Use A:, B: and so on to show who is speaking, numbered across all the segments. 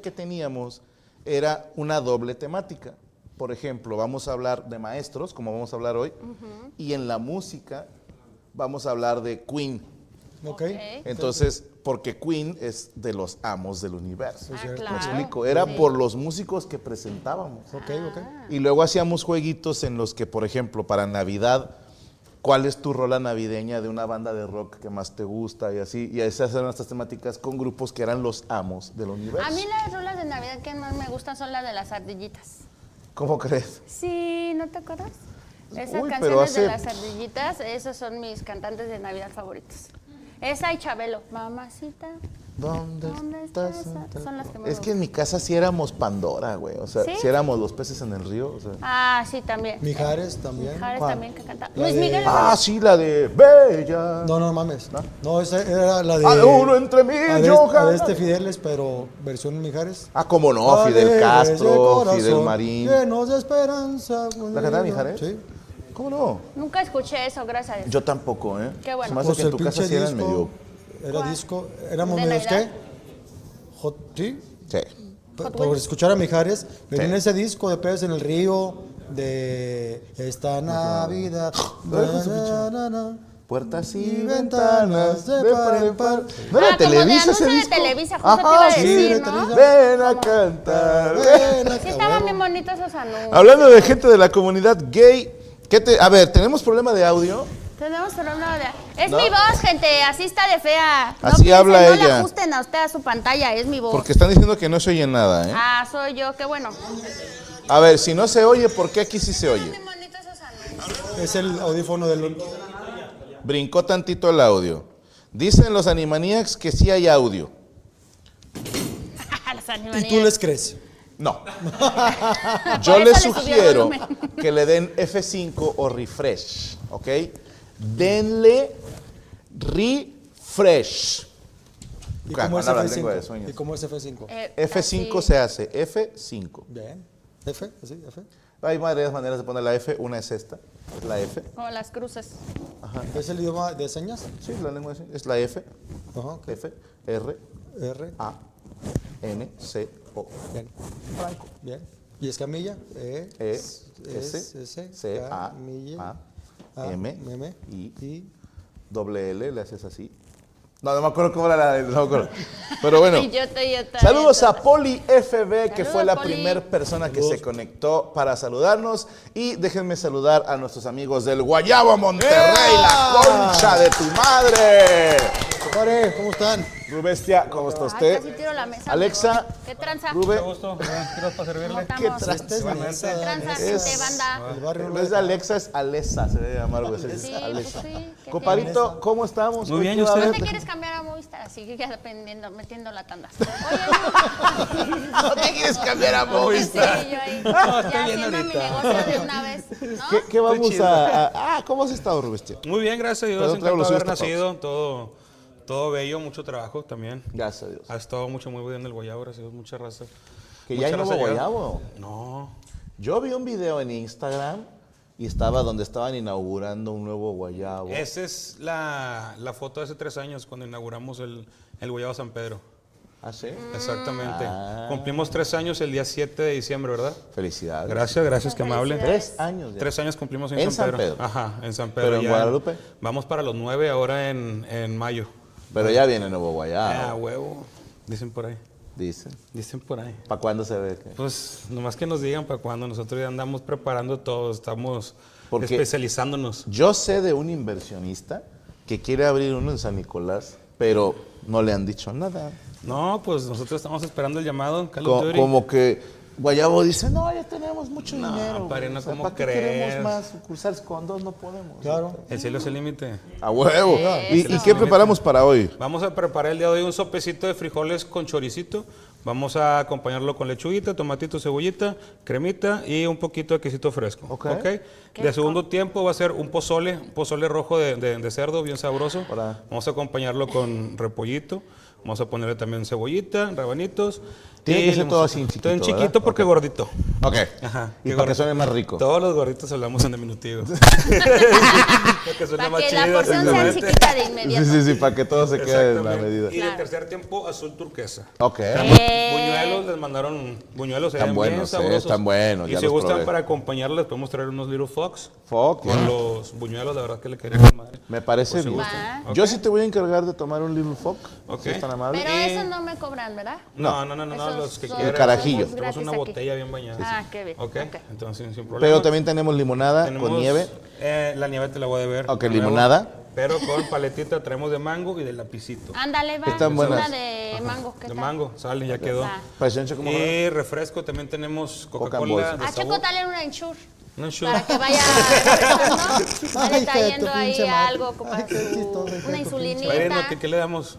A: que teníamos era una doble temática. Por ejemplo, vamos a hablar de maestros, como vamos a hablar hoy, y en la música vamos a hablar de Queen.
B: Ok.
A: Entonces, porque Queen es de los amos del universo.
B: Ah,
A: ¿Me
B: claro.
A: explico? Era por los músicos que presentábamos.
B: Ok, ok.
A: Y luego hacíamos jueguitos en los que, por ejemplo, para Navidad, ¿cuál es tu rola navideña de una banda de rock que más te gusta? Y así. Y esas eran estas temáticas con grupos que eran los amos del universo.
C: A mí las rulas de Navidad que más me gustan son las de las ardillitas.
A: ¿Cómo crees?
C: Sí, ¿no te acuerdas? Esas
A: Uy, pero
C: canciones
A: hace-
C: de las ardillitas, esos son mis cantantes de Navidad favoritos. Esa y Chabelo. Mamacita.
A: ¿Dónde,
C: ¿Dónde
A: estás?
C: estás?
A: Santa
C: Son las que
A: Claus?
C: me
A: Es que en mi casa sí éramos Pandora, güey. O sea,
C: ¿Sí?
A: sí éramos los peces en el río. o sea.
C: Ah, sí, también.
B: Mijares también.
C: Mijares
B: ¿Cuál?
C: también que canta.
B: La
C: Luis
B: de-
C: Miguel.
A: Ah, sí, la de Bella.
B: No, no mames. No, esa era la de.
A: A de uno entre mil,
B: a de,
A: Johan.
B: a de este Fideles, pero versión Mijares.
A: Ah, cómo no, Fidel
B: Alegres de
A: Castro,
B: corazón,
A: Fidel Marín.
B: Llenos de esperanza.
A: ¿La cantaba Mijares?
B: Sí.
A: ¿Cómo no?
C: Nunca escuché eso, gracias a Dios.
A: Yo tampoco, ¿eh?
C: Qué bueno.
A: Se me hace
B: Pues
A: que en
B: el
A: tu casa
B: pinche
A: sí eran medio.
B: disco. Era disco. Éramos
C: De
B: medios qué?
C: Navidad.
B: Hot, sí.
A: Sí.
B: P- Por escuchar a Mijares, venía en ese disco de Pérez en el Río, de Esta Navidad.
A: No, no,
B: Na, na, na.
A: Puertas y
B: Y
A: ventanas
B: ventanas
A: de
B: de par
A: par en
B: en
A: par.
B: par.
A: ¿No era
C: Ah, como de
A: Televisa ese
C: anuncio de
A: disco?
C: Televisa, justo te iba a
A: sí,
B: decir,
A: de
B: ¿no?
A: Televisa. Ven a cantar.
B: Ven acá,
C: Sí, estaban
B: huevo.
C: bien bonitos esos anuncios.
A: Hablando de gente de la comunidad gay, ¿qué te, a ver, ¿tenemos problema de audio?
C: Tenemos problema de. Es
A: No.
C: mi voz, gente. Así está de fea. No
A: Así
C: piensen,
A: habla
C: no
A: ella.
C: le ajusten a usted a su pantalla. Es mi voz.
A: Porque están diciendo que no se oye nada, ¿eh?
C: Ah, soy yo. Qué bueno.
A: A ver, si no se oye, ¿por qué aquí sí se oye?
B: Es el audífono del.
A: Brincó tantito el audio. Dicen los Animaniacs que sí hay audio.
C: Las
B: Y tú
C: animanías.
B: les crees.
A: No.
C: Por
A: Yo
C: eso
A: les
C: le subí el
A: sugiero
C: volumen.
A: que le den F5 o refresh, ¿ok? Denle refresh.
B: ¿Y
A: Claro,
B: cómo es
A: habla lengua de
B: F5?
A: sueños.
B: ¿Y cómo es F5?
C: Eh,
A: F5
C: así.
A: se hace, F5.
B: Bien. F, así, F.
A: Hay varias maneras de poner la F, una es esta, es la F.
C: Como las cruces.
A: Ah.
B: ¿Es el idioma de señas?
A: Sí, la lengua de señas, es la F,
B: Ajá, ok.
A: F, R,
B: R.
A: A, N, C, O.
B: Bien.
A: Franco.
B: Bien. ¿Y escamilla? E,
A: E,
B: S,
A: S, E
B: S,
A: C, A, Ah.
B: Camilla,
A: A, M, E I,
B: I.
A: Doble L, le haces así. No, no me acuerdo cómo era la. No me acuerdo. Pero bueno.
C: Y yo te- yo te-
A: Saludos
C: yo
A: a
C: te-
A: Poli FB, que
C: Saludos,
A: fue la
C: Poli.
A: primera persona que se conectó para saludarnos. Y déjenme saludar a nuestros amigos del Guayabo Monterrey, la concha de tu madre.
B: Compadre, ¿cómo están?
A: Rubestia, ¿cómo está
C: Ay,
A: usted?
C: casi tiro la mesa.
A: Alexa,
C: amigo. ¿Qué tranza?
A: Rube,
D: gusto. Gracias para servirle.
A: ¿qué
C: Estamos.
A: traes?
B: Esta es
C: ¿Qué
B: mesa.
C: tranza,
A: Es-
C: gente, banda?
B: ¿eh? El barrio
A: En
B: no
A: vez de
B: deja.
A: Alexa, es Alesa, se debe llamar, güey. Es
C: Sí,
A: Alesa.
C: pues sí, ¿qué
A: Compadrito, ¿cómo estamos?
D: Muy bien, ¿y
C: ¿No
A: Últimamente-
C: te quieres cambiar a Movistar? Así que ya dependiendo, metiendo la tanda. Oye,
A: ¿No te quieres cambiar a
C: sí,
A: Movistar?
C: yo ahí.
D: No, estoy
C: ya
D: bien
C: haciendo mi
D: ahorita.
C: negocio de una vez. ¿no?
A: ¿Qué, qué vamos
D: chido.
A: a, a- Ah, ¿cómo has estado, Rubestia?
D: Muy bien, gracias a Dios.
A: Perdón, traigo
D: Encantado
A: los
D: de haber
A: suyos
D: nacido. Todo, Todo bello, mucho trabajo también.
A: Gracias a Dios.
D: Ha estado mucho, muy bien el Guayabo, gracias a Dios, mucha raza.
A: Que
D: Mucha
A: ya hay nuevo
D: raza llegada.
A: guayabo. Ah,
D: No.
A: Yo vi un video en Instagram y estaba donde estaban inaugurando un nuevo guayabo.
D: Esa es la, la foto de hace tres años cuando inauguramos el, el Guayabo San Pedro.
A: ¿Ah, sí?
D: Exactamente.
A: Ah.
D: Cumplimos tres años el día 7 de diciembre, ¿verdad?
A: Felicidades.
D: Gracias, gracias, que amable.
A: Tres años ya.
D: Tres años cumplimos en,
A: En
D: San,
A: San
D: Pedro.
A: Pedro.
D: Ajá, en San
A: Pero
D: Pedro.
A: en
D: ya.
A: Guadalupe.
D: Vamos para los nueve ahora en, en mayo.
A: Pero ya viene nuevo
D: Ah,
A: guayabo.
D: huevo. Dicen por ahí.
A: Dicen.
D: Dicen por ahí.
A: ¿Para cuándo se ve? que-
D: Pues nomás que nos digan para cuando nosotros ya andamos preparando todo, estamos
A: Porque-
D: especializándonos.
A: Yo sé de un inversionista que quiere abrir uno en San Nicolás, pero no le han dicho nada.
D: No, pues nosotros estamos esperando el llamado, Call of
A: Co-
D: Duty.
A: como que Guayabo dice, no, ya tenemos mucho
D: No,
A: dinero.
D: padre,
A: güey.
D: no, ¿cómo
A: ¿Para qué
D: crees?
A: queremos más sucursales? Con dos no podemos.
B: Claro.
D: El cielo es el límite.
A: A huevo. ¿Y, y qué preparamos para hoy?
D: Vamos a preparar el día de hoy un sopecito de frijoles con choricito. Vamos a acompañarlo con lechuguita, tomatito, cebollita, cremita y un poquito de quesito fresco.
A: Ok.
D: ¿ok? De segundo tiempo va a ser un pozole, un pozole rojo de, de- de cerdo, bien sabroso.
A: Hola.
D: Vamos a acompañarlo con repollito. Vamos a ponerle también cebollita, rabanitos.
A: Tiene
D: y
A: que ser
D: le
A: todo
D: vamos a-
A: así en chiquito,
D: Todo en chiquito
A: ¿verdad?
D: porque
A: Ok.
D: gordito.
A: Ok.
D: Ajá.
A: Y para que
D: qué gordito.
A: suene más rico.
D: Todos los gorditos hablamos en diminutivo. Porque suena
C: Para
D: más
C: que la
D: chido,
C: porción sea
D: exactamente.
C: chiquita de
A: Sí,
C: inmediato.
A: sí, sí, para que todo se quede en la
D: Exactamente.
A: medida.
D: Y de
C: Claro.
D: tercer tiempo, azul turquesa.
A: Ok.
C: Eh.
D: Buñuelos, les mandaron buñuelos.
A: Están
D: eran bien
A: buenos, eh,
D: sabrosos.
A: están buenos,
D: Y
A: ya
D: si
A: los
D: gustan
A: probé.
D: para acompañarlos, les podemos traer unos Little Fox.
A: Fuck,
D: Con
A: yeah.
D: los buñuelos, la verdad que le querían la madre.
A: Me parece bien.
C: gusto.
D: Va.
A: Yo
D: Ok.
A: sí te voy a encargar de tomar un Little Fox.
D: Ok.
A: Si es tan amable.
C: Pero
D: Eh.
C: eso no me cobran, ¿verdad?
D: No, no, no, no, no,
C: Esos
D: los que
C: son-
D: quieran.
A: El carajillo.
D: Tenemos
C: Gratis
D: una
C: aquí.
D: botella bien bañada.
C: Ah, qué bien.
D: Ok,
C: Ok.
D: entonces sin problema.
A: Pero también tenemos limonada con
D: Tenemos,
A: nieve.
D: eh, la nieve te la voy a deber.
A: Ok,
D: Luego,
A: limonada.
D: Pero con paletita traemos de mango y de lapicito.
C: Ándale, va.
A: Están buenas.
C: Una de mango. ¿qué
D: de
C: tal?
D: mango, sale, ya quedó.
C: Va.
A: Presión Checo Morales.
D: Y refresco también tenemos
A: en
D: Coca-Cola
A: bolsa.
D: de
C: A Checo,
D: sabor.
C: dale una enchur.
D: No, sure.
C: Para que vaya ¿no? Vaya
B: Ay, hija de tu
C: trayendo ahí
B: pinche madre.
C: algo para
B: Ay, qué chistoso,
C: su, una
B: hija de tu pinche
D: A ver,
C: insulinita.
D: lo que, ¿qué le damos?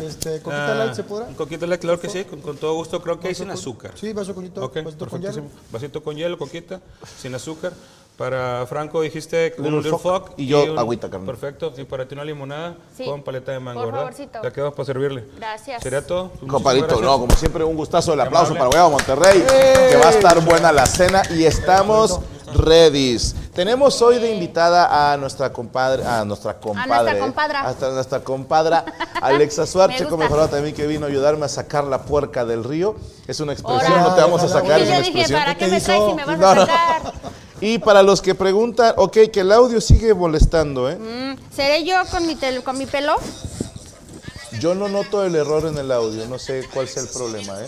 B: Este, coquita
D: Ah,
B: light se podrá.
D: Un coquito light, claro que sí, con, con todo gusto. Creo que hay sin azúcar.
B: Sí, vaso con hielo,
D: Ok,
B: vasito con hielo.
D: perfectísimo. Vasito con hielo, coquita, sin azúcar. Para Franco dijiste un
A: Little
D: Little
A: Fock
D: Fock
A: y yo
D: un-
A: agüita, carnal.
D: Perfecto. Y para ti una limonada
C: Sí.
D: con paleta de mango,
C: Por
D: ¿verdad?
C: favorcito.
D: Ya quedamos para servirle.
C: Gracias.
D: ¿Sería todo? Muchísimas
A: Compadito,
D: gracias.
A: no, como siempre, un gustazo, el aplauso
D: amable.
A: para Guayabo Monterrey, que va a estar buena la cena y estamos ready. Tenemos hoy de invitada a nuestra compadre, a nuestra compadre,
C: compadra.
A: hasta nuestra compadra Alexa Suárez,
C: Me
A: Checo
C: gusta.
A: Mejorado también que vino a ayudarme a sacar la puerca del río. Es una expresión,
C: Ora.
A: no te vamos a
B: Ojalá,
A: sacar, es
B: ojalá.
C: Y yo
A: una
C: dije,
A: expresión.
C: ¿para qué
B: ¿Qué
C: me
B: te
C: traes
B: hizo?
C: si me vas
A: No,
C: a
A: no.
C: sacar?
A: Y para los que preguntan, ok, que el audio sigue molestando, ¿eh?
C: Mm, ¿Seré yo con mi, tel- con mi pelo?
A: Yo no noto el error en el audio, no sé cuál sea el problema, ¿eh?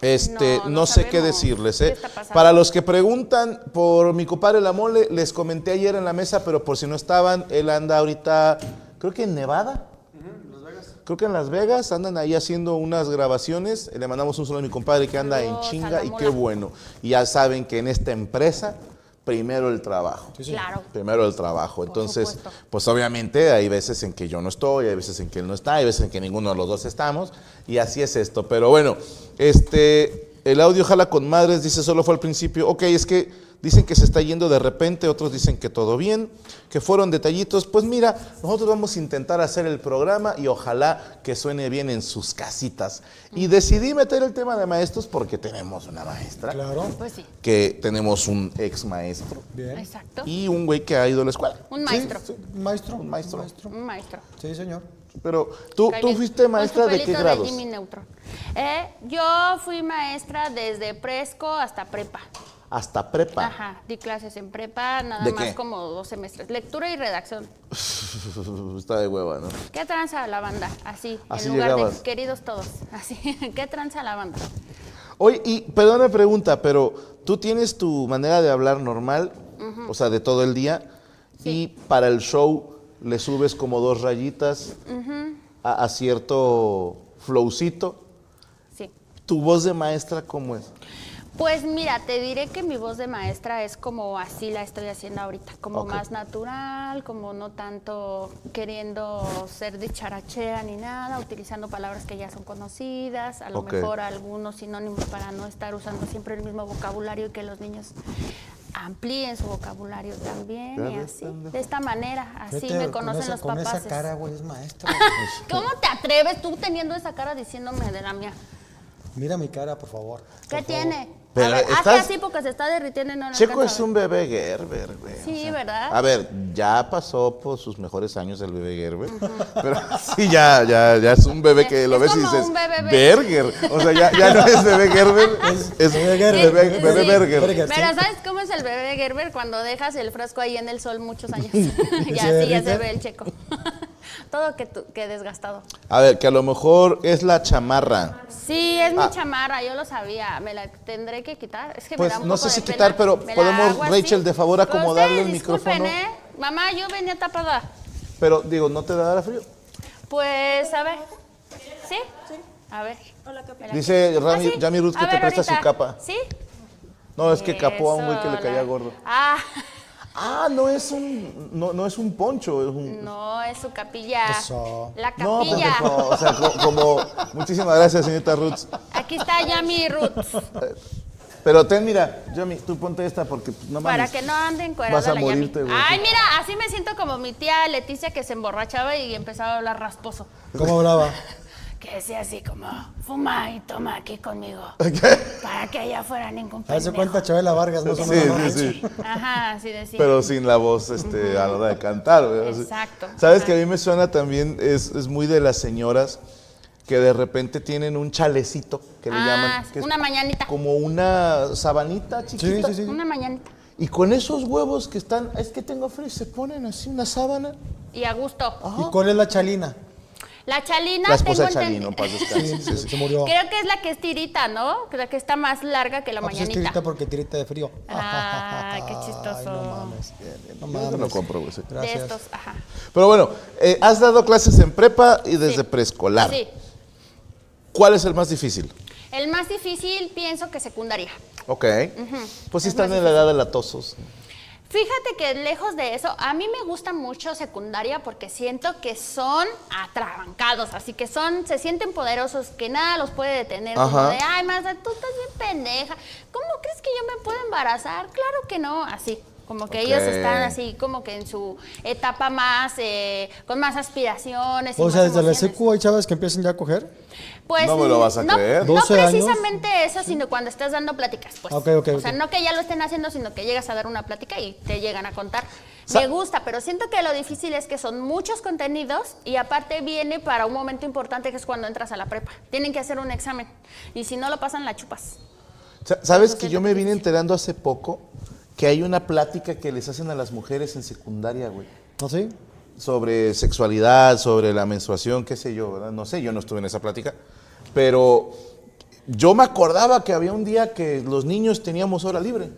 A: Este,
C: No,
A: no,
C: no
A: sé qué
C: sabemos.
A: decirles,
C: ¿Qué
A: ¿eh?
C: está pasando?
A: Para los que preguntan por mi compadre La Mole, les comenté ayer en la mesa, pero por si no estaban, él anda ahorita, creo que en Nevada. Creo que en Las Vegas andan ahí haciendo unas grabaciones. Eh, Le mandamos un saludo a mi compadre que anda en
C: Saludos a
A: chinga
C: la
A: y
C: Mola.
A: qué bueno. Y ya saben que en esta empresa, primero el trabajo.
C: Claro.
A: Primero el trabajo. Entonces,
C: supuesto.
A: pues obviamente hay veces en que yo no estoy, hay veces en que él no está, hay veces en que ninguno de los dos estamos, y así es esto. Pero bueno, este, el audio jala con madres, dice solo fue al principio. Ok, es que dicen que se está yendo de repente, otros dicen que todo bien, que fueron detallitos. Pues mira, nosotros vamos a intentar hacer el programa y ojalá que suene bien en sus casitas. Y decidí meter el tema de maestros porque tenemos una maestra,
B: Claro,
C: Pues sí,
A: que tenemos un ex maestro
B: bien.
C: exacto.
A: y un güey que ha ido a la escuela.
C: Un maestro.
B: Sí, sí, maestro.
A: Un maestro.
C: Un maestro.
B: Sí, señor.
A: Pero tú,
C: Cae
A: tú
C: bien.
A: fuiste maestra
C: Con su
A: de qué
C: pelito
A: grados?
C: Jimmy Neutron. Eh, yo fui maestra desde presco hasta prepa.
A: Hasta prepa.
C: Ajá, di clases en prepa, nada
A: ¿De
C: más
A: qué?
C: como dos semestres. Lectura y redacción.
A: Está de hueva, ¿no?
C: ¿Qué tranza la banda? Así,
A: Así
C: en lugar
A: llegabas.
C: de queridos todos. Así, ¿qué tranza la banda?
A: Oye, y perdón la pregunta, pero tú tienes tu manera de hablar normal, o sea, de todo el día, y para el show le subes como dos rayitas a, a cierto flowcito.
C: Sí.
A: ¿Tu voz de maestra cómo es?
C: Pues mira, te diré que mi voz de maestra es como así la estoy haciendo ahorita, como
A: Ok.
C: más natural, como no tanto queriendo ser dicharachera ni nada, utilizando palabras que ya son conocidas, a lo
A: Ok.
C: mejor algunos sinónimos para no estar usando siempre el mismo vocabulario y que los niños amplíen su vocabulario también
A: Ya
C: y
A: ves,
C: así.
A: pendejo.
C: De esta manera, así
B: Vete
C: me
B: con
C: conocen
B: esa-
C: los
B: Con
C: papás.
B: esa cara, güey, es maestro.
C: ¿Cómo te atreves tú teniendo esa cara diciéndome de la mía?
B: Mira mi cara, por favor.
C: ¿Qué
B: Por favor.
C: tiene?
A: Pero
C: a ver, hazte
A: estás-
C: así porque se está derritiendo y no lo
A: Checo
C: alcanzo
A: es
C: a ver.
A: un bebé Gerber, güey.
C: Sí, ¿verdad?
A: A ver, ya pasó por sus mejores años el bebé Gerber, pero sí, ya, ya, ya es un bebé que lo
C: Es
A: ves y
C: como
A: dices,
C: un bebé bebé.
A: Berger. O sea, ya, ya no es bebé Gerber, es, es
B: bebé Gerber,
A: bebé,
B: sí.
A: bebé Berger.
B: Berger.
C: Pero ¿sabes cómo es el bebé Gerber cuando dejas el frasco ahí en el sol muchos años?
B: ¿Y
C: y así
B: se
C: ya
B: derrite?
C: se ve el checo. Todo que, tu- que desgastado.
A: A ver, que a lo mejor es la chamarra.
C: Sí, es mi
A: Ah.
C: chamarra, yo lo sabía. Me la tendré que quitar. Es que
A: Pues,
C: me da un
A: no sé
C: poco de
A: si
C: pena.
A: quitar, pero
C: Me la
A: podemos,
C: hago así.
A: Rachel, de favor,
C: Pero
A: acomodarle el
C: ustedes disculpen,
A: micrófono.
C: ¿eh? Mamá, yo venía tapada.
A: Pero digo, ¿no te dará frío?
C: Pues, a ver. ¿Sí? Sí. A ver. Hola,
A: Dice
C: Ah,
A: Rami- Yami Roots que te presta su capa.
C: ¿Sí?
A: No, es que capó a un güey que le
C: Eso,
A: caía
C: la-
A: gordo.
C: Ah,
A: Ah, no es un, no, no es un poncho, es un...
C: no, es su capilla.
B: Eso.
C: La
A: No,
C: capilla.
A: pendejo, o sea, co- como... Muchísimas gracias, señorita Roots.
C: Aquí está Yami Roots.
A: Pero ten, mira, Yami, tú ponte esta porque pues, no
C: Para
A: mames.
C: que no anden encuerada
A: Vas a
C: la
A: morirte,
C: Yami.
A: güey.
C: Ay, mira, así me siento como mi tía Leticia que se emborrachaba y empezaba a hablar rasposo.
B: ¿Cómo hablaba?
C: Que decía así como, fuma y toma aquí conmigo. Para que allá fuera ningún
B: A ver, se
C: pendejo.
B: cuenta Chabela Vargas, más o
A: Sí,
B: menos. ¿no?
A: sí, sí.
C: Ajá, así decía.
A: Pero sin la voz este, a la hora de cantar. güey, así.
C: Exacto.
A: Sabes
C: Ajá.
A: que a mí me suena también, es, es muy de las señoras que de repente tienen un chalecito que le
C: Ah,
A: llaman. que es
C: una mañanita.
A: Como una sabanita chiquita.
B: sí, sí.
C: Una mañanita.
A: Y con esos huevos que están, es que tengo frío, y se ponen así una sábana.
C: Y a gusto.
B: ¿Y cuál es la chalina? Ah,
C: La chalina,
A: la esposa
C: tengo
A: Chalino,
C: entendi-
A: paz descanse.
B: Sí, se murió.
C: Creo que es la que es tirita, ¿no? La que está más larga que la
B: Ah, pues es
C: mañanita.
B: tirita porque tirita de frío.
C: Ah, qué
B: Ay, no
C: chistoso.
B: mames.
A: Yo
B: No mames.
A: no lo compro, güey. sí.
C: de
B: Gracias.
C: estos, ajá.
A: Pero bueno, eh, has dado clases en prepa y desde
C: Sí.
A: preescolar.
C: Sí.
A: ¿Cuál es el más difícil?
C: El más difícil pienso que secundaria.
A: Ok. Pues sí están en la edad de latosos.
C: Fíjate que lejos de eso, a mí me gusta mucho secundaria porque siento que son atrabancados, así que son, se sienten poderosos, que nada los puede detener. Como
A: Ajá.
C: de, ay, Marta, tú estás bien pendeja. ¿Cómo crees que yo me puedo embarazar? Claro que no, así. Como que ellos
A: Ok.
C: están así, como que en su etapa más, eh, con más aspiraciones. y
B: O
C: más
B: sea, desde la
C: emociones.
B: secu hay chavas que empiezan ya a coger.
C: Pues,
A: No me lo vas a
C: no,
A: creer.
C: No
B: 12 años.
C: precisamente eso, sino cuando estás dando pláticas, pues.
B: Ok, ok,
C: O sea,
B: ok.
C: no que ya lo estén haciendo, sino que llegas a dar una plática y te llegan a contar.
A: Sa-
C: Me gusta, pero siento que lo difícil es que son muchos contenidos y aparte viene para un momento importante que es cuando entras a la prepa. Tienen que hacer un examen y si no lo pasan, la chupas.
A: Sa- ¿Sabes que yo me vine enterando hace poco que hay una plática que les hacen a las mujeres en secundaria, güey?
B: ¿No sí?
A: Sobre sexualidad, sobre la menstruación, qué sé yo, ¿verdad? No sé, yo no estuve en esa plática. Pero yo me acordaba que había un día que los niños teníamos hora libre.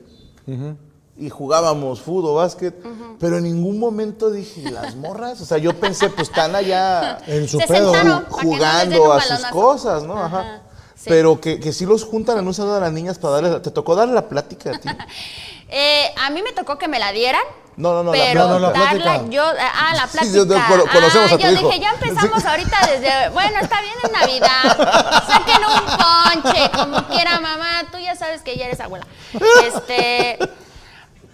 A: Y jugábamos fútbol, básquet, pero en ningún momento dije, ¿y las morras? O sea, yo pensé, pues están allá
B: En su
C: Se
B: pedo.
C: sentaron.
A: ju-
C: para que no les den
A: jugando
C: un
A: a sus
C: balonazo.
A: cosas, ¿no? Ajá.
C: Ajá, sí.
A: Pero que, que sí los juntan en un saludo a las niñas para darles. la- ¿Te tocó dar la plática a ti?
C: Eh, a mí me tocó que me la dieran.
A: No, no, no, la-
C: pero
B: no, no, la
C: darla
B: plática.
C: yo, ah, la
A: Sí,
C: plática.
A: yo- yo cono- conocemos
C: ah,
A: a tu
C: yo
A: hijo.
C: dije, ya empezamos ahorita desde, bueno, está bien en Navidad, saquen un ponche, como quiera mamá, tú ya sabes que ya eres abuela. Este,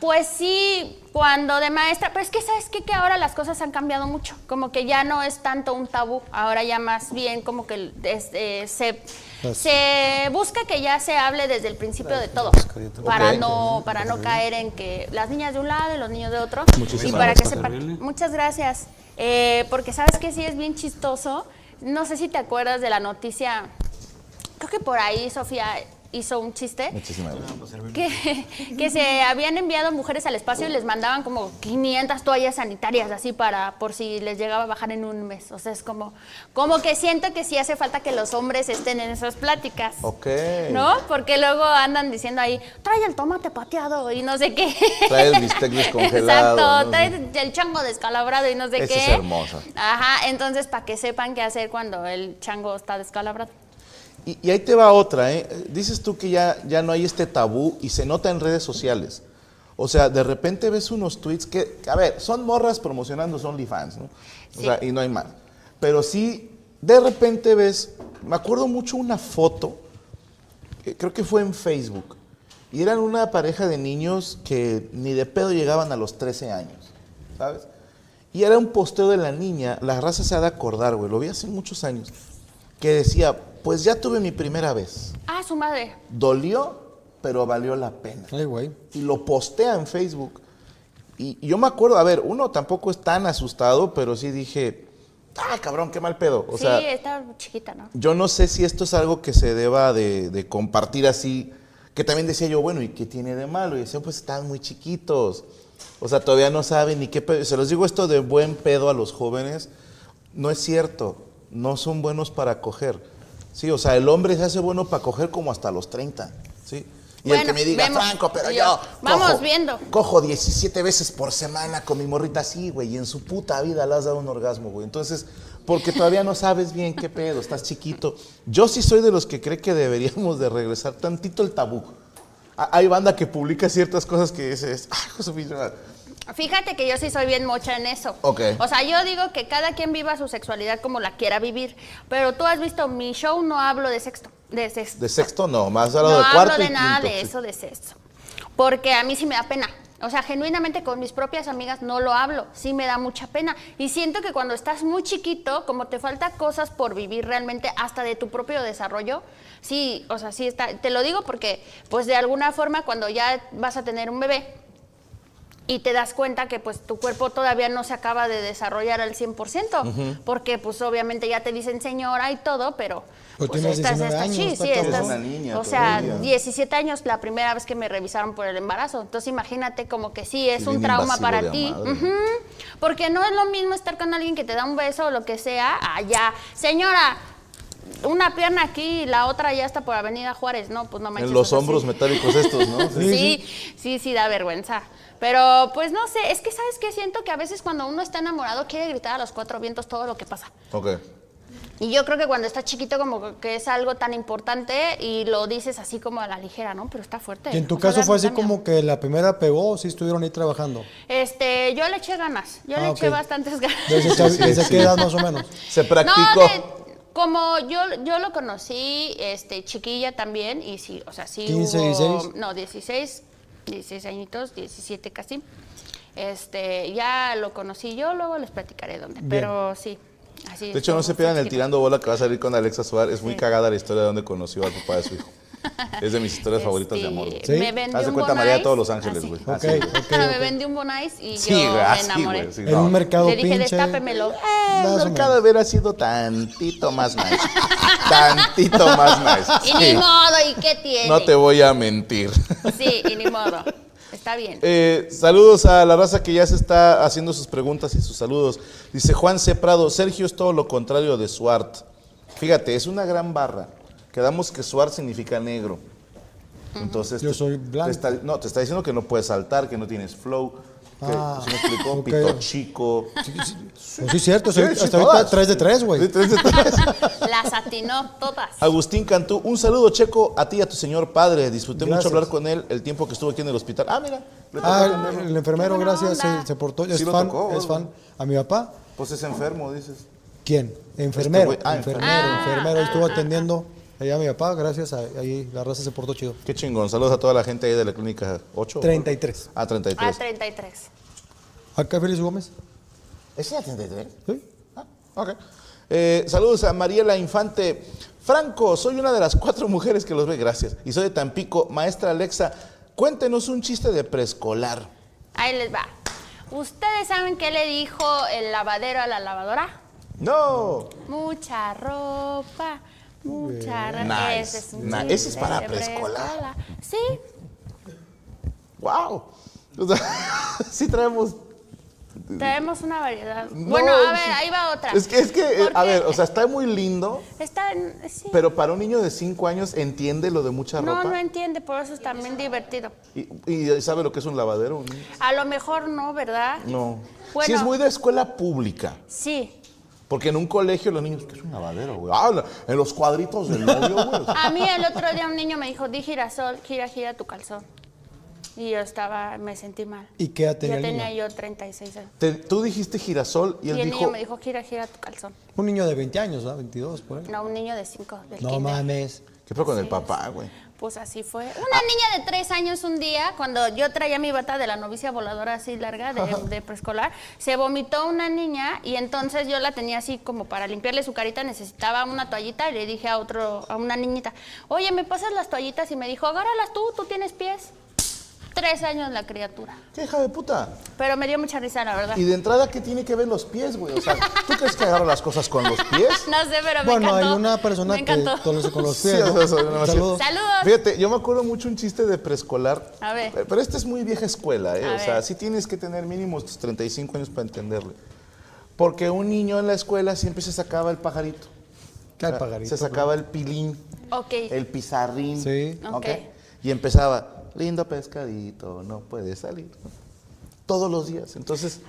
C: pues sí, cuando de maestra, pero es que sabes qué? que ahora las cosas han cambiado mucho, como que ya no es tanto un tabú, ahora ya más bien como que es, eh, se,
B: Las-
C: se busca que ya se hable desde el principio de todo, para no para no caer en que las niñas de un lado y los niños de otro, y para que sepan. Muchas gracias, Eh, porque sabes que sí es bien chistoso, no sé si te acuerdas de la noticia, creo que por ahí Sofía hizo un chiste
A: Muchísimas gracias.
C: pues que, que se habían enviado mujeres al espacio y les mandaban como 500 toallas sanitarias así para por si les llegaba a bajar en un mes. O sea, es como, como que siento que sí hace falta que los hombres estén en esas pláticas.
A: Ok.
C: ¿No? Porque luego andan diciendo ahí, trae el tomate pateado y no sé qué.
A: Trae el bistec descongelado,
C: Exacto,
A: ¿no?
C: trae el chango descalabrado y no sé
A: Esa
C: qué.
A: es hermosa.
C: Ajá, entonces para que sepan qué hacer cuando el chango está descalabrado.
A: Y, y ahí te va otra, ¿eh? Dices tú que ya, ya no hay este tabú y se nota en redes sociales. O sea, de repente ves unos tweets que, a ver, son morras promocionando su OnlyFans, ¿no? O
C: Sí.
A: sea, y no hay más. Pero sí, de repente ves, me acuerdo mucho una foto, eh, creo que fue en Facebook, Y eran una pareja de niños que ni de pedo llegaban a los 13 años, ¿sabes? Y era un posteo de la niña, la raza se ha de acordar, güey, lo vi hace muchos años, que decía, pues ya tuve mi primera vez.
C: Ah, su madre.
A: Dolió, pero valió la pena.
B: Ay, güey.
A: Y lo postea en Facebook. Y, y yo me acuerdo, a ver, uno tampoco es tan asustado, pero sí dije, ah, cabrón, qué mal pedo. O
C: sí,
A: sea,
C: está chiquita, ¿no?
A: yo no sé si esto es algo que se deba de, de compartir así, que también decía yo, bueno, ¿y qué tiene de malo? Y decían, pues están muy chiquitos. O sea, todavía no saben ni qué pedo. Se los digo esto de buen pedo a los jóvenes. No es cierto. No son buenos para coger. Sí, o sea, el hombre se hace bueno para coger como hasta los 30. Sí. Y el que
C: Bueno,
A: me diga,
C: vemos.
A: Franco, pero
C: Y
A: yo.
C: yo, vamos
A: cojo-
C: viendo.
A: Cojo 17 veces por semana con mi morrita así, güey, y en su puta vida le has dado un orgasmo, güey. Entonces, porque todavía no sabes bien qué pedo, estás chiquito. Yo sí soy de los que cree que deberíamos de regresar tantito el tabú. Ha- Hay banda que publica ciertas cosas que dices, ah, hijo de su pinche madre".
C: Fíjate que yo sí soy bien mocha en eso.
A: Ok.
C: O sea, yo digo que cada quien viva su sexualidad como la quiera vivir. Pero tú has visto mi show, no hablo de sexto. De sexto.
A: de sexto no, más hablado
C: no
A: de cuarto
C: hablo de
A: y
C: nada
A: quinto,
C: de
A: sí.
C: eso, de sexo. Porque a mí sí me da pena. O sea, genuinamente con mis propias amigas no lo hablo. Sí me da mucha pena. Y siento que cuando estás muy chiquito, como te falta cosas por vivir realmente hasta de tu propio desarrollo, sí, o sea, sí está. Te lo digo porque, pues de alguna forma, cuando ya vas a tener un bebé, y te das cuenta que pues tu cuerpo todavía no se acaba de desarrollar al 100%, porque pues obviamente ya te dicen señora y todo, pero
B: Pues tienes 19 años,
C: chi,
B: está
C: sí,
B: cabrón.
C: estás-
A: Es una niña
C: o sea,
A: todavía.
C: 17 años la primera vez que me revisaron por el embarazo, entonces imagínate como que sí es
A: Sí,
C: un
A: bien
C: trauma
A: invasivo de
C: para
A: a
C: ti,
A: madre.
C: ujú, porque no es lo mismo estar con alguien que te da un beso o lo que sea, allá, señora, una pierna aquí y la otra ya está por Avenida Juárez, no, pues no manches.
A: En
C: o
A: los
C: sea, sí.
A: hombros metálicos estos, ¿no? Sí.
C: Sí, sí, sí, da vergüenza. Pero pues no sé, es que sabes que siento que a veces cuando uno está enamorado quiere gritar a los cuatro vientos todo lo que pasa.
A: Ok.
C: Y yo creo que cuando estás chiquito como que es algo tan importante y lo dices así como a la ligera, ¿no? Pero está fuerte.
B: Y en tu
C: O sea,
B: caso
C: da-
B: fue así
C: da miedo.
B: como que la primera pegó o sí estuvieron ahí trabajando.
C: Este, yo le eché ganas, yo le
B: Ah,
C: eché
B: ok.
C: bastantes ganas.
B: Desde, chavi-
A: sí,
B: desde
A: sí.
B: qué edad más o menos.
A: Se
C: No,
A: practicó.
C: de- como yo, yo lo conocí este, chiquilla también, y sí, o sea, sí
B: 15,
C: hubo-
B: 16.
C: No, 16, 16 añitos, 17 casi. Este, ya lo conocí yo, luego les platicaré dónde, pero sí. Así
A: De hecho, no se pierdan el tirando bola que va a salir con Alexa Suárez. Es muy cagada la historia de donde conoció al papá de su hijo. Es de mis historias
C: Este,
A: favoritas de amor.
B: ¿Sí?
C: Me vendió
A: Haz de
C: un
A: cuenta
C: Bon
A: María de
C: Ice,
A: todos Los Ángeles,
C: así.
A: güey.
B: Ok,
A: Así,
B: ok.
A: güey.
C: Me
B: ok.
C: vendió un Bon Ice y
A: Sí,
C: yo
A: güey,
C: me
A: así,
C: enamoré.
A: güey. sí,
B: En
A: no.
B: un mercado
C: Le dije,
B: pinche.
C: destápemelo.
A: Eh,
B: Más o
A: el mercado
B: menos.
A: hubiera sido tantito más nice. tantito más nice.
C: Y ni
A: Sí.
C: modo, ¿y qué tiene?
A: No te voy a mentir.
C: Sí, y ni modo. Está bien.
A: Eh, saludos a la raza que ya se está haciendo sus preguntas y sus saludos. Dice Juan C. Prado, Sergio es todo lo contrario de Suart. Fíjate, es una gran barra. Quedamos que Suart significa negro. Entonces,
B: Yo
A: te-
B: soy
A: te
B: blanco.
A: está- no, te está diciendo que no puedes saltar, que no tienes flow. Que,
B: Ah,
A: ¿sí me explicó?
B: ok.
A: Pito chico.
B: Pues sí, es cierto, soy-
A: Sí, sí,
B: hasta ahorita
A: todas.
B: 3 de 3,
A: Sí,
B: güey.
A: tres de tres.
C: Las atinó todas.
A: Agustín Cantú, un saludo checo a ti y a tu señor padre. Disfruté mucho
B: Gracias.
A: hablar con él el tiempo que estuvo aquí en el hospital. Ah, mira, le tocó
B: Ah,
A: atenderlo.
B: el, el enfermero,
C: Qué buena
B: gracias,
C: onda.
B: se, se portó. Es
A: Sí lo
B: fan,
A: tocó,
B: es fan.
A: güey.
B: A mi papá,
A: Pues es enfermo, dices.
B: ¿quién? Enfermero.
A: güey. Ah,
B: enfermero,
C: enfermero.
B: enfermero. Estuvo atendiendo allá a mi papá, gracias. a- ahí la raza se portó chido.
A: Qué chingón. Saludos a toda la gente ahí de la clínica 8.
B: 33.
A: Ah,
C: A
A: 33.
C: 33.
B: Acá Félix Gómez.
A: ¿Es la 33?
B: ¿Sí?
A: Ah, ok. Eh, saludos a Mariela Infante. Franco, soy una de las cuatro mujeres que los ve, gracias. Y soy de Tampico. Maestra Alexa, cuéntenos un chiste de preescolar.
C: Ahí les va. ¿Ustedes saben qué le dijo el lavadero a la lavadora?
A: No.
C: Mucha ropa, mucha ropa.
A: Nice, nice.
C: chiste
A: Ese es para
C: de
A: preescolar.
C: Sí,
A: Wow. O sea, sí traemos...
C: traemos una variedad.
A: No,
C: bueno, a ver,
A: sí.
C: ahí va otra.
A: Es que, es que, eh, a
C: Porque
A: ver, o sea, está muy lindo,
C: Está, en- sí.
A: pero para un niño de 5 años entiende lo de mucha
C: no,
A: ropa.
C: no entiende, por eso es también divertido.
A: y, y sabe lo que es un lavadero. un niño?
C: A lo mejor no, ¿verdad?
A: No.
C: Bueno.
A: Sí, es muy de escuela pública.
C: Sí.
A: Porque en un colegio los niños, que es un lavadero, güey. Ah, la- en los
C: Ah.
A: cuadritos del novio, güey.
C: A mí el otro día un niño me dijo, di girasol, gira, gira tu calzón. Y yo estaba, me sentí mal.
B: ¿Y qué edad tenía
C: Ya
B: el
C: tenía
B: niño?
C: yo 36 años.
A: Te- tú dijiste girasol y
C: Y,
A: él
C: el
A: dijo,
C: niño me dijo, gira, gira tu calzón.
B: Un niño de 20 años, ¿verdad? 22, por ahí.
C: No, un niño de 5 del
B: No
C: kinder.
B: mames.
A: ¿qué fue con el papá, güey?
C: Pues así fue. Una niña de tres años un día, cuando yo traía mi bata de la novicia voladora así larga de, de preescolar, se vomitó una niña y entonces yo la tenía así como para limpiarle su carita, necesitaba una toallita y le dije a otro, a una niñita, oye, ¿me pasas las toallitas? Y me dijo, agárralas tú, tú tienes pies. Tres años la criatura.
A: ¿Qué hija de puta?
C: Pero me dio mucha risa, la verdad.
A: Y de entrada, ¿qué tiene que ver los pies, güey? O sea, ¿tú crees que agarro las cosas con los pies?
C: No sé, pero me
B: Bueno,
C: encantó.
B: hay una persona
C: me
B: que
C: encantó.
B: conoce con los
A: Sí,
B: pies.
A: o sea,
B: ¿no?
A: soy una
B: Saludos.
A: vacía.
C: Saludos.
A: Fíjate, yo me acuerdo mucho un chiste de preescolar.
C: A ver.
A: Pe- Pero este es muy vieja escuela, ¿eh?
C: A
A: o sea,
C: ver.
A: sí tienes que tener mínimo tus 35 años para entenderle. Porque un niño en la escuela siempre se sacaba el pajarito.
B: ¿Qué hay,
A: O sea,
B: pajarito? pues.
A: Se sacaba el pilín,
C: Ok.
A: el pizarrín.
B: Sí.
A: ¿ok?
C: Ok.
A: Y empezaba, lindo pescadito, no puede salir. Todos los días. Entonces,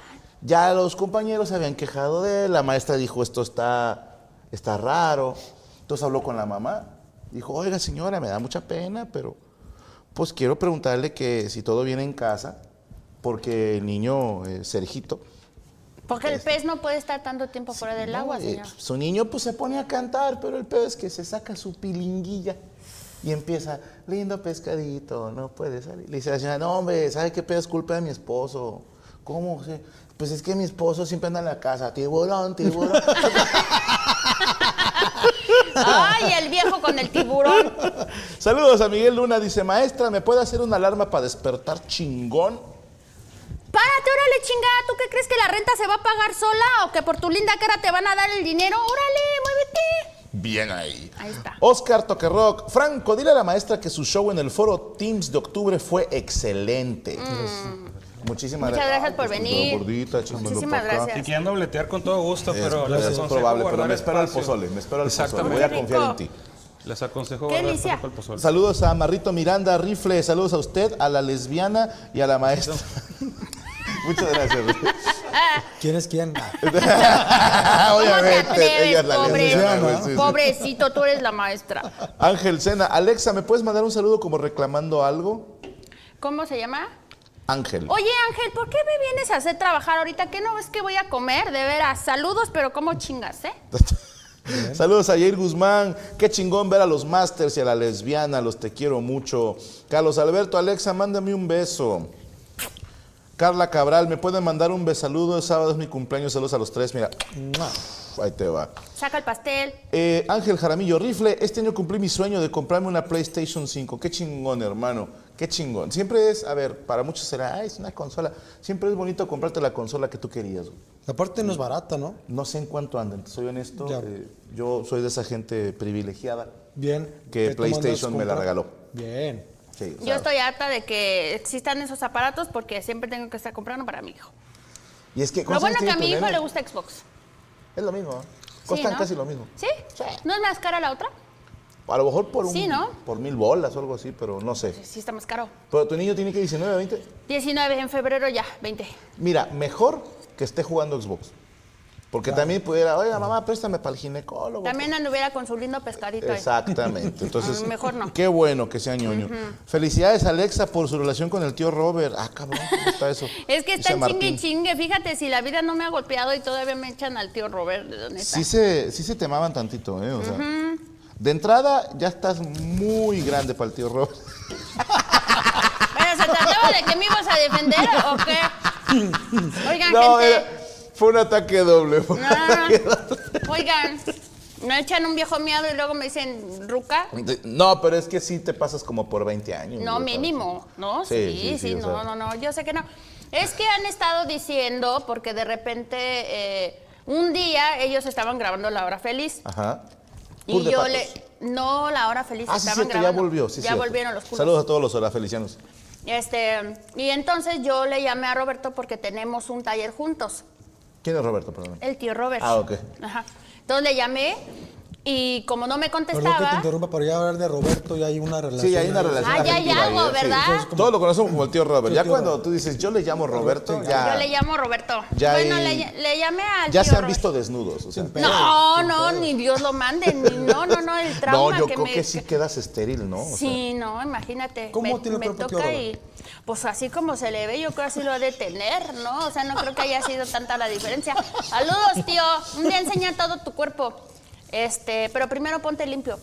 A: ya los compañeros se habían quejado de él. La maestra dijo, esto está, está raro. Entonces habló con la mamá. Dijo, oiga señora, me da mucha pena, pero pues quiero preguntarle que si todo viene en casa, porque el niño eh, Sergito...
C: Porque el pez no puede estar tanto tiempo fuera del
A: no,
C: agua,
A: eh,
C: señor.
A: su niño pues se pone a cantar, pero el pez que se saca su pilinguilla y empieza, lindo pescadito, no puede salir. Le dice a la señora, no hombre, ¿sabe qué pedo es culpa de mi esposo? ¿Cómo? se- Pues es que mi esposo siempre anda en la casa, tiburón, tiburón.
C: Ay, el viejo con el tiburón.
A: Saludos a Miguel Luna, dice, maestra, ¿me puede hacer una alarma para despertar chingón?
C: Párate, órale, chingada. ¿Tú qué crees que la renta se va a pagar sola o que por tu linda cara te van a dar el dinero? Órale, muévete.
A: Bien ahí.
C: Ahí está.
A: Oscar Toquerrock. Franco, dile a la maestra que su show en el foro Teams de octubre fue excelente. Muchísimas
C: Mm. Muchas gracias por
A: Ay, pues,
C: venir.
A: gordita, chismando
C: Muchísimas
A: para acá.
C: gracias.
D: Y que ando a bletear con todo gusto,
A: Es-
D: pero les
A: es
D: aconsejo
A: probable, pero
D: guardar
A: me espero al
D: espacio.
A: pozole, me espero al pozole.
D: Exactamente.
A: Voy a
C: Qué
A: confiar en
C: rico.
A: ti.
D: Les aconsejo
C: Qué
D: guardar
C: delicia.
D: espacio al pozole.
A: Saludos a Marrito Miranda Rifle, saludos a usted, a la lesbiana y a la maestra. Muchas gracias.
B: ¿Quién es quién? Ah,
C: ¿Cómo te atreves,
A: Ah, ella es la
C: pobre?
A: lesbiana, güey, sí, sí.
C: Pobrecito, tú eres la maestra.
A: Ángel Sena, Alexa, ¿me puedes mandar un saludo como reclamando algo?
C: ¿Cómo se llama?
A: Ángel.
C: Oye, Ángel, ¿por qué me vienes a hacer trabajar ahorita? ¿Qué no ves que voy a comer? De veras, saludos, pero ¿cómo chingas, eh?
A: Saludos a Jair Guzmán. Qué chingón ver a los Masters y a la lesbiana. Los te quiero mucho. Carlos Alberto, Alexa, mándame un beso. Carla Cabral, ¿me pueden mandar un besaludo? El sábado es mi cumpleaños. Saludos a los tres. Mira, ahí te va.
C: Saca el pastel.
A: Eh, Ángel Jaramillo Rifle, este año cumplí mi sueño de comprarme una PlayStation 5. Qué chingón, hermano. Qué chingón. Siempre es, a ver, para muchos será, "Ay, es una consola. Siempre es bonito comprarte la consola que tú querías. güey.
B: Aparte no es barata, ¿no?
A: No sé en cuánto andan, te soy honesto.
B: Ya.
A: eh, yo soy de esa gente privilegiada.
B: Bien.
A: Que
B: ¿Qué tú mandas
A: PlayStation me la
B: comprar?
A: regaló.
B: Bien.
A: Sí, o
C: Yo
A: sea,
C: estoy harta de que existan esos aparatos porque siempre tengo que estar comprando para mi hijo.
A: Y es que,
C: Lo
A: ¿cuántos
C: bueno
A: años
C: que a
A: tiene
C: mi
A: tu
C: hijo
A: nena?
C: le gusta Xbox.
A: Es lo mismo. ¿eh?
C: Sí,
A: Costan
C: ¿no?
A: casi lo mismo.
C: ¿Sí? ¿No es más cara la otra?
A: A lo mejor por un,
C: Sí, ¿no?
A: por mil bolas o algo así, pero no sé.
C: Sí, está más caro.
A: Pero tu niño tiene que 19, 20.
C: 19 en febrero ya, 20.
A: Mira, mejor que esté jugando Xbox. Porque también pudiera, oiga, mamá, préstame para el ginecólogo.
C: También anduviera con su lindo pescadito. ahí.
A: Exactamente. Entonces,
C: Mm, mejor no.
A: Qué bueno que sea ñoño. Felicidades, Alexa, por su relación con el tío Robert. Ah, cabrón, ¿cómo está eso?
C: Es que
A: Dice
C: están chingue
A: Martín.
C: y chingue. Fíjate, si la vida no me ha golpeado y todavía me echan al tío Robert, la neta.
A: Sí se, sí se temaban tantito, ¿eh? O sea, De entrada, ya estás muy grande para el tío Robert.
C: Pero se trataba de que me ibas a defender o qué? Oigan, gente.
A: era- fue un ataque doble. fue un
C: No, no, no.
A: ataque doble.
C: Oigan, me echan un viejo miado y luego me dicen ruca.
A: No, pero es que sí te pasas como por 20 años.
C: No,
A: güey, o sea,
C: mínimo, ¿no?
A: Sí,
C: Sí,
A: sí,
C: sí,
A: sí, o sea.
C: no, no, no, yo sé que no. Es que han estado diciendo, porque de repente, eh, un día ellos estaban grabando La Hora Feliz.
A: Ajá. Pool
C: Y
A: de
C: yo
A: patos.
C: le... No, La Hora Feliz
A: Ah, sí,
C: Pues estaban
A: cierto, ya
C: grabando.
A: volvió. Sí,
C: ya
A: cierto.
C: volvieron los culos.
A: Saludos a todos los horafelicianos.
C: Este, y entonces yo le llamé a Roberto porque tenemos un taller juntos. Eh,
A: ¿Quién es Roberto, perdón?
C: El tío Robert.
A: Ah, ok.
C: Ajá. Entonces le llamé Y como no me
B: Perdón que te
C: contestaba,
B: interrumpa, pero ya hablar de Roberto ya hay una relación.
A: Sí, hay una
B: ahí.
A: relación.
C: Ah, ya hay
A: afectiva
C: algo,
A: ahí, ¿eh? sí.
C: ¿verdad?
A: Entonces, como- Todos lo conocemos como el tío Robert. Ya
B: tío
A: cuando
B: Robert.
A: tú dices, yo le llamo Roberto, ya.
C: yo le llamo Roberto.
A: Ya
C: bueno,
A: hay-
C: le, le llamé al
A: Ya
C: tío
A: se han
C: Robert.
A: visto desnudos. O sea.
B: Sin pe-
C: No,
B: Sin
C: no,
B: pedos.
C: ni Dios lo mande. ni- no, no, no, el trauma
A: No, yo
C: que
A: creo
C: me...
A: que sí quedas estéril, ¿no? O sea,
C: Sí, no, imagínate.
B: ¿Cómo
C: me,
B: tiene el
C: me
B: cuerpo tío
C: toca
B: Robert?
C: y pues así como se le ve, yo creo así lo ha de tener, ¿no? O sea, no creo que haya sido tanta la diferencia. Saludos, tío. Un día enseña todo tu cuerpo. Este, pero primero ponte limpio.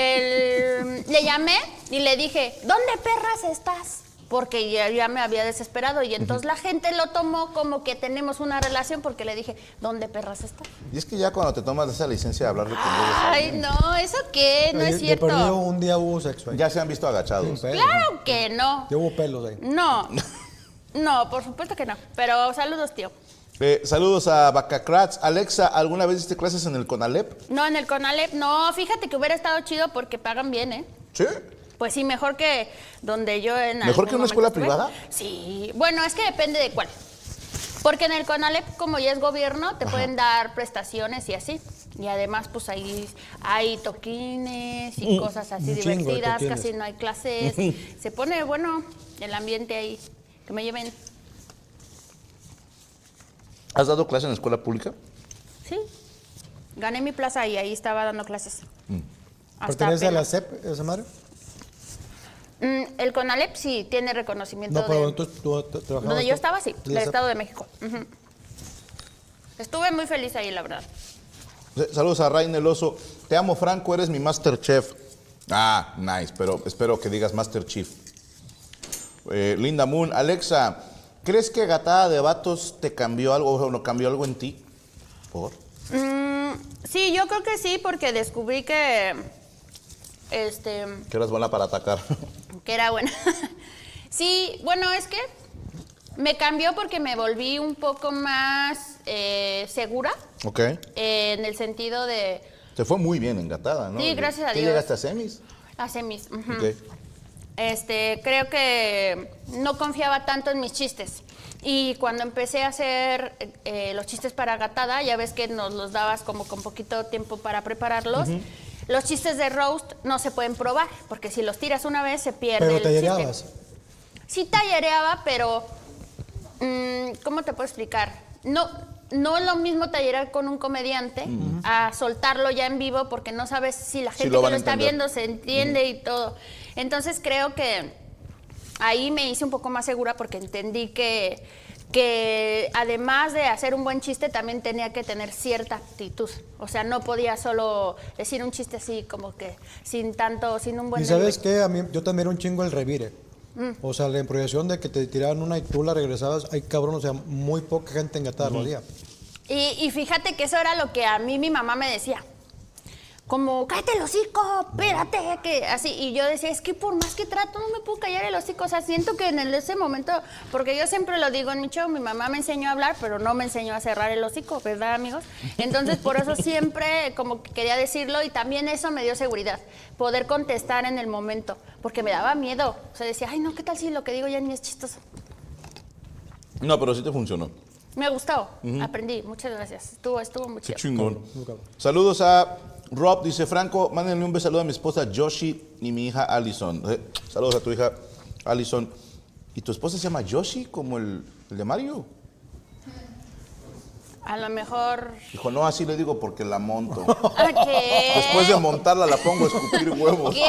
C: El- le llamé y le dije, ¿dónde perras estás? Porque ya, ya me había desesperado y entonces la gente lo tomó como que tenemos una relación porque le dije, ¿dónde perras estás?
A: Y es que ya cuando te tomas esa licencia de hablar de con ellos,
C: Ay, no, ¿eso qué? No
B: Ahí
C: es
B: De perdido
C: cierto.
B: un día hubo sexo ahí.
A: ya se han visto agachados.
B: Sin pedos.
C: Claro que no.
B: Ya hubo pelos ahí.
C: No, no, por supuesto que no. Pero saludos, tío.
A: Eh, saludos a Bacacrats. Alexa, ¿alguna vez diste clases en el Conalep?
C: No, en el Conalep, no, fíjate que hubiera estado chido porque pagan bien, ¿eh?
A: Sí.
C: Pues sí, mejor que donde yo en
A: ¿Mejor
C: algún
A: que una escuela
C: momento estuve.
A: privada?
C: Sí, bueno, es que depende de cuál. Porque en el Conalep, como ya es gobierno, te pueden dar prestaciones y así. Y además, pues ahí hay toquines y cosas así
B: Mm, un chingo de
C: divertidas,
B: toquines.
C: casi no hay clases. Se pone bueno el ambiente ahí. Que me lleven.
A: ¿Has dado clases en escuela pública?
C: Sí. Gané mi plaza y ahí estaba dando clases. Hasta
B: ¿Pertenece a la
C: apenas.
B: CEP esa madre?
C: Mm, el CONALEP sí tiene reconocimiento
B: No, pero
C: de...
B: entonces tú tra- trabajabas.
C: Donde
B: tú
C: yo estaba, sí,
B: en
C: del
B: la CEP.
C: Estado de México. Ujú. Estuve muy feliz ahí, la verdad.
A: Eh, Saludos a Rain el Oso. Te amo, Franco, eres mi Master Chef. Ah, nice, pero espero que digas Master Chief. Eh, Linda Moon, Alexa, ¿crees que Gatada de Vatos te cambió algo o no cambió algo en ti? ¿Por?
C: Mm, sí, yo creo que sí, porque descubrí que... Este...
A: Que eras buena para atacar.
C: que era buena. sí, bueno, es que me cambió porque me volví un poco más eh, segura
A: ok.
C: eh, en el sentido de...
A: Te fue muy bien en Gatada, ¿no?
C: Sí, gracias a
A: ¿Qué
C: Dios.
A: llegaste a semis?
C: Hace mis... ujú.
A: Ok.
C: Este, creo que no confiaba tanto en mis chistes. Y cuando empecé a hacer eh, los chistes para gatada, ya ves que nos los dabas como con poquito tiempo para prepararlos. Los chistes de roast no se pueden probar, porque si los tiras una vez se pierde
B: Pero
C: el
B: te
C: chiste.
B: llegabas.
C: Sí tallereaba, pero mm, ¿cómo te puedo explicar? No, no es lo mismo tallerar con un comediante a soltarlo ya en vivo porque no sabes si la
A: Sí,
C: gente
A: lo
C: que
A: van
C: lo
A: a
C: está
A: entender.
C: viendo se entiende y todo. Entonces creo que ahí me hice un poco más segura porque entendí que, que además de hacer un buen chiste también tenía que tener cierta actitud. O sea, no podía solo decir un chiste así como que sin tanto, sin un buen
B: Y sabes
C: delivery.
B: qué, a mí, yo también era un chingo el revire.
C: Mm.
B: O sea, la improvisación de que te tiraban una y tú la regresabas, ay cabrón, o sea, muy poca gente engatada
C: Mm.
B: lo hacía.
C: Y, y fíjate que eso era lo que a mí mi mamá me decía. Como, cállate el hocico, espérate, que así. Y yo decía, es que por más que trato, no me puedo callar el hocico. O sea, siento que en el- ese momento, porque yo siempre lo digo en mi show, mi mamá me enseñó a hablar, pero no me enseñó a cerrar el hocico, ¿verdad, amigos? Entonces, por eso siempre como que quería decirlo y también eso me dio seguridad, poder contestar en el momento, porque me daba miedo. O sea, decía, ay, no, ¿qué tal si lo que digo ya ni es chistoso?
A: No, pero sí te funcionó.
C: Me gustó, aprendí, muchas gracias. Estuvo, estuvo muy
A: Qué
C: chido.
A: chingón. Saludos a Rob, dice Franco, mándenle un saludo a mi esposa Yoshi y mi hija Allison. Eh, Saludos a tu hija Allison. ¿Y tu esposa se llama Yoshi como el, el de Mario?
C: A lo mejor.
A: Dijo, no, así le digo porque la monto.
C: ¿A qué?
A: Después de montarla la pongo a escupir huevos.
C: ¿Qué?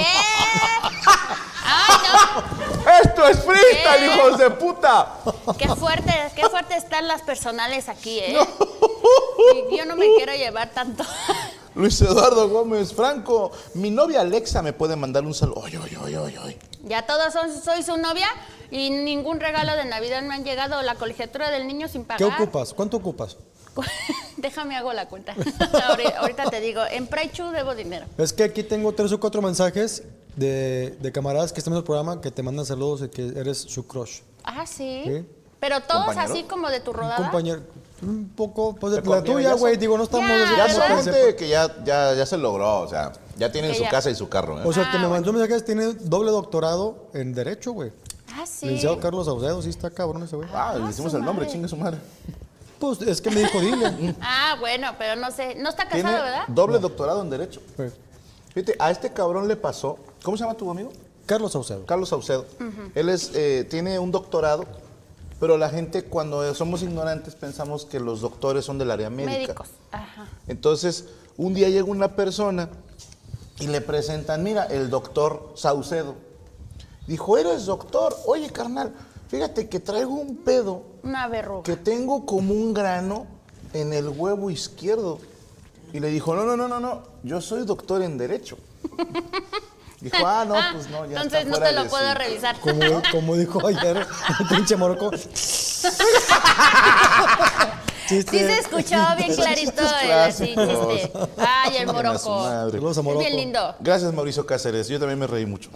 C: ¡Ay,
A: ¡Esto es freestyle,
C: ¿Qué?
A: hijos de puta!
C: no! Qué fuerte, qué fuerte están las personales aquí, ¿eh? Y Yo no me quiero llevar tanto.
A: Luis Eduardo Gómez, Franco, mi novia Alexa me puede mandar un saludo. Oye, oye, oye, oye, oye.
C: Ya todos son, soy su novia y ningún regalo de Navidad me han llegado. La colegiatura del niño sin pagar.
B: ¿Qué ocupas? ¿Cuánto ocupas?
C: Déjame hago la cuenta. Ahori- Ahorita te digo, en Praichu debo dinero.
B: Es que aquí tengo tres o cuatro mensajes de, de camaradas que están en el programa que te mandan saludos y que eres su crush.
C: Ah, sí.
B: ¿Sí?
C: Pero todos
A: ¿Compañero?
C: así como de tu
B: Un
C: rodada.
B: compañero, un poco, pues de
A: Te
B: la
A: conviene,
B: tuya,
A: ya
B: güey,
A: son-
B: digo, no estamos...
C: Ya,
A: Ya
B: así como
A: son
C: ¿verdad?
B: que se-
A: gente que ya, ya, ya se logró, o sea, ya tienen
C: Que
A: su
C: ya.
A: casa y su carro. ¿eh?
B: O sea, el que
C: Ah,
B: me
C: bueno.
B: mandó mensajes tiene doble doctorado en Derecho, güey.
C: Ah, sí.
B: Licenciado Carlos Saucedo, sí está cabrón ese güey.
A: Ah, le decimos
C: su
A: el nombre,
C: madre.
A: chingue su madre.
B: Pues es que me dijo, dile.
C: Ah, bueno, pero no sé. No está
A: Tiene
C: casado, ¿verdad?
A: doble doctorado en Derecho.
B: Pues,
A: Fíjate, a este cabrón le pasó. ¿Cómo se llama tu amigo?
B: Carlos Saucedo.
A: Carlos Saucedo. Él es, eh, tiene un doctorado, pero la gente cuando somos ignorantes pensamos que los doctores son del área médica.
C: Médicos. Ajá.
A: Entonces, un día llega una persona y le presentan, mira, el doctor Saucedo. Dijo, eres doctor. Oye, carnal, fíjate que traigo un pedo
C: Una verruga.
A: que tengo como un grano en el huevo izquierdo. Y le dijo, no, no, no, no, no, yo soy doctor en Derecho. Dijo, ah, no,
C: Ah,
A: pues no, ya
C: entonces
A: está
C: no
A: fuera
C: te lo
A: de
C: puedo
A: su-
C: revisar.
B: Como, como dijo ayer, el pinche morco.
C: Sí se escuchó bien clarito el así
A: clásicos.
C: chiste. Ay, el
A: Chinguen a su
C: moroco.
A: madre.
B: Saludos a
C: Es
B: Morocco.
C: bien lindo.
A: Gracias, Mauricio Cáceres. Yo también me reí mucho.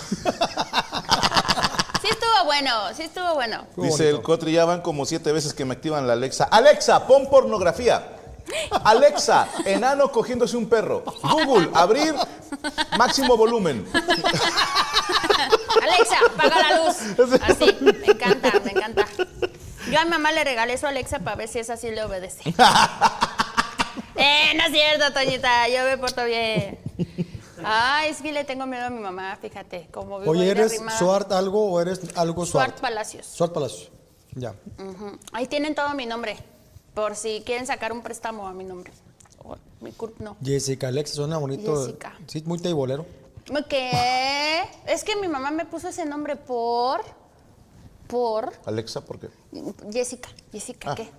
C: Sí estuvo bueno, sí estuvo bueno.
B: Muy
A: Dice
B: bonito.
A: el Cotri, ya van como siete veces que me activan la Alexa. Alexa, pon pornografía. Alexa, enano cogiéndose un perro. Google, abrir máximo volumen.
C: Alexa, apaga la luz. Así, me encanta, me encanta. Yo a mi mamá le regalé eso a Alexa para ver si esa sí le obedece. eh, no es cierto, Toñita, yo me porto bien. Ay, es que le tengo miedo a mi mamá, fíjate, como vivo
B: Oye,
C: ahí
B: ¿eres
C: derrimada.
B: Suart algo o eres algo
C: Suart
B: Suart?
C: Palacios.
B: Suart Palacios. Ya.
C: Ujú. Ahí tienen todo mi nombre, por si quieren sacar un préstamo a mi nombre. O mi CURP no.
B: Jessica, Alexa, suena bonito.
C: Jessica.
B: Sí, muy teibolero.
C: ¿Qué? Es que mi mamá me puso ese nombre por. por.
A: Alexa, ¿por qué?
C: Jessica. ¿Jessica
A: Ah.
C: qué?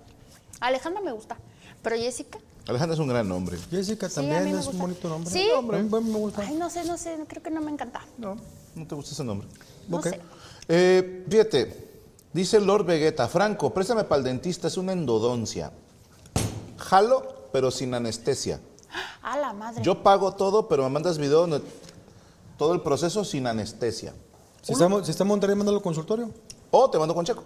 C: Alejandra me gusta. Pero Jessica.
A: Alejandra es un gran nombre.
B: Jessica
C: Sí, a
B: también
C: mí me
B: es un
C: gusta.
B: bonito nombre.
C: ¿Sí?
B: A mí me gusta.
C: Ay, no sé, no sé. Creo que no me encanta.
A: Ah. No, no te gusta ese nombre.
C: No
B: Ok.
C: sé.
A: Eh, fíjate, dice Lord Vegeta, Franco, préstame para el dentista, es una endodoncia. Jalo, pero sin anestesia.
C: A la madre.
A: Yo pago todo, pero me mandas video donde- todo el proceso sin anestesia.
B: Si estamos, si está en Monterrey, mándalo al consultorio.
A: O te mando con checo.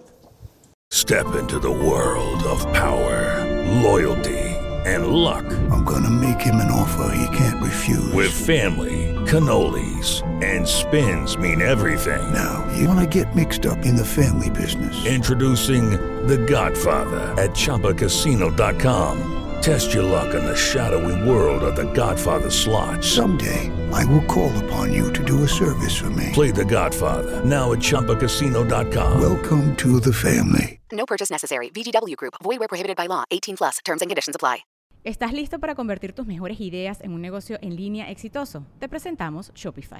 E: Step into the world of power, loyalty, and luck.
F: I'm gonna make him an offer he can't refuse.
E: With family, cannolis, and spins mean everything.
F: now, you wanna get mixed up in the family business.
E: Introducing The Godfather at ChumbaCasino.com. Test your luck in the shadowy world of The Godfather slot.
F: Someday, I will call upon you to do a service for me.
E: Play The Godfather now at ChumbaCasino.com.
F: Welcome to the family.
G: No purchase necessary. VGW Group. Void where prohibited by law. 18 plus. Terms and conditions apply.
H: ¿Estás listo para convertir tus mejores ideas en un negocio en línea exitoso? Te presentamos Shopify.